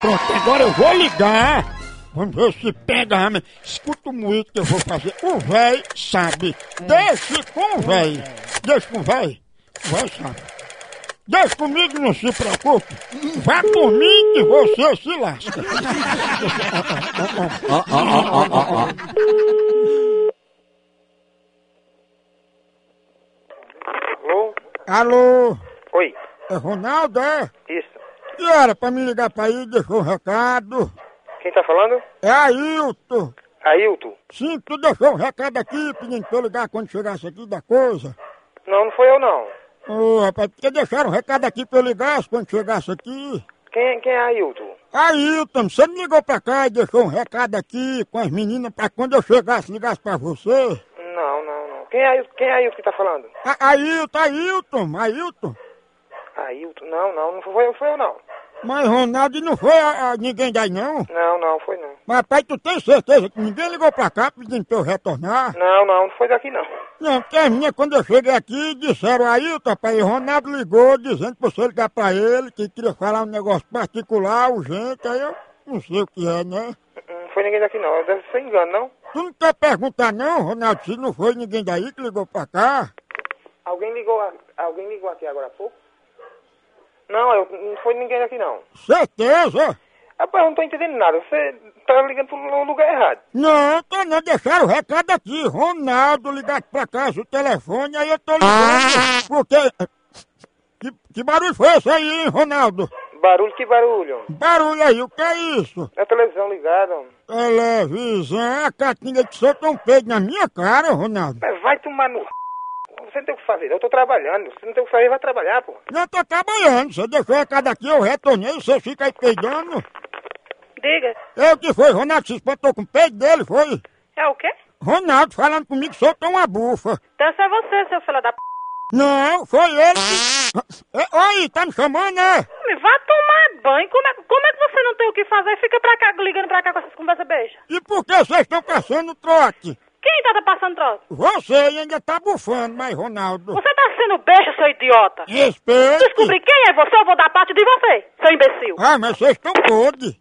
Pronto, agora eu vou ligar. Vamos ver se pega a arma. Escuta muito que eu vou fazer. O véi sabe. Deixe com o véi. Deixa com o véi. O véi sabe. Deixa comigo, não se preocupe. Vá por mim que você se lasca. Alô? Alô? Oi, É Ronaldo, é? isso. E era pra me ligar pra aí, deixou um recado. Quem tá falando? É Ailton. Ailton. Sim, tu deixou um recado aqui pedindo pra eu ligar quando chegasse aqui da coisa. Não, não foi eu não. Ô, rapaz, porque deixaram um recado aqui pra eu ligasse quando chegasse aqui. Quem, quem é Ailton? Ailton, você me ligou pra cá e deixou um recado aqui com as meninas pra quando eu chegasse ligasse pra você. Não, não, não. Quem é Ailton, quem é Ailton que tá falando? A Ailton, Ailton, Ailton. Ailton? Não, não, não foi eu, foi eu não. Mas Ronaldo não foi a, a ninguém daí não. Não, não, foi não. Mas pai, tu tem certeza que ninguém ligou pra cá pedindo pra eu retornar? Não, não, não foi daqui não. Não, porque as minhas, quando eu cheguei aqui, disseram aí, papai, Ronaldo ligou dizendo pra você ligar pra ele, que queria falar um negócio particular, urgente, aí eu não sei o que é, né? Não foi ninguém daqui não. Deve ser engano, não? Tu não quer perguntar não, Ronaldo, se não foi ninguém daí que ligou pra cá? Alguém ligou, a- alguém ligou aqui agora há pouco? Não, eu, não foi ninguém daqui não. Certeza? Rapaz, eu não tô entendendo nada. Você tá ligando pro lugar errado. Não, tô não, deixaram o recado aqui, Ronaldo ligado pra casa, o telefone, aí eu tô ligando, porque... Que, que barulho foi esse aí, hein, Ronaldo? Barulho, que barulho. Barulho aí, o que é isso? É a televisão ligada. Televisão, a catinga de solta um peido na minha cara, Ronaldo. Mas vai tomar no c... Você não tem o que fazer, eu tô trabalhando. Você não tem o que fazer, vai trabalhar, pô. Não tô trabalhando, você deixou a cada aqui, eu retornei, você fica aí peidando. Diga, Eu que foi, Ronaldo se espantou com o peido dele, foi. é o quê? Ronaldo falando comigo, soltou uma bufa. Então se é você, seu filho da p. Não, foi ele que... É, Oi, tá me chamando, é? Me vá tomar banho. Como é, como é que você não tem o que fazer e fica pra cá ligando pra cá com essas conversas beija? E por que vocês estão passando o trote? Quem tá passando troço? Você ainda tá bufando, mas Ronaldo... Você tá sendo beijo, seu idiota. Respeite. Descobri quem é você, eu vou dar parte de você, seu imbecil. Ah, mas vocês estão podres.